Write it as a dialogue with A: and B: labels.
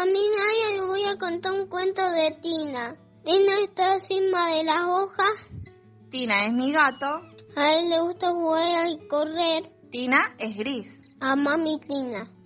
A: a mí nadie le voy a contar un cuento de Tina. Tina está encima de las hojas.
B: Tina es mi gato.
A: A él le gusta jugar y correr.
B: Tina es gris.
A: A mami Tina.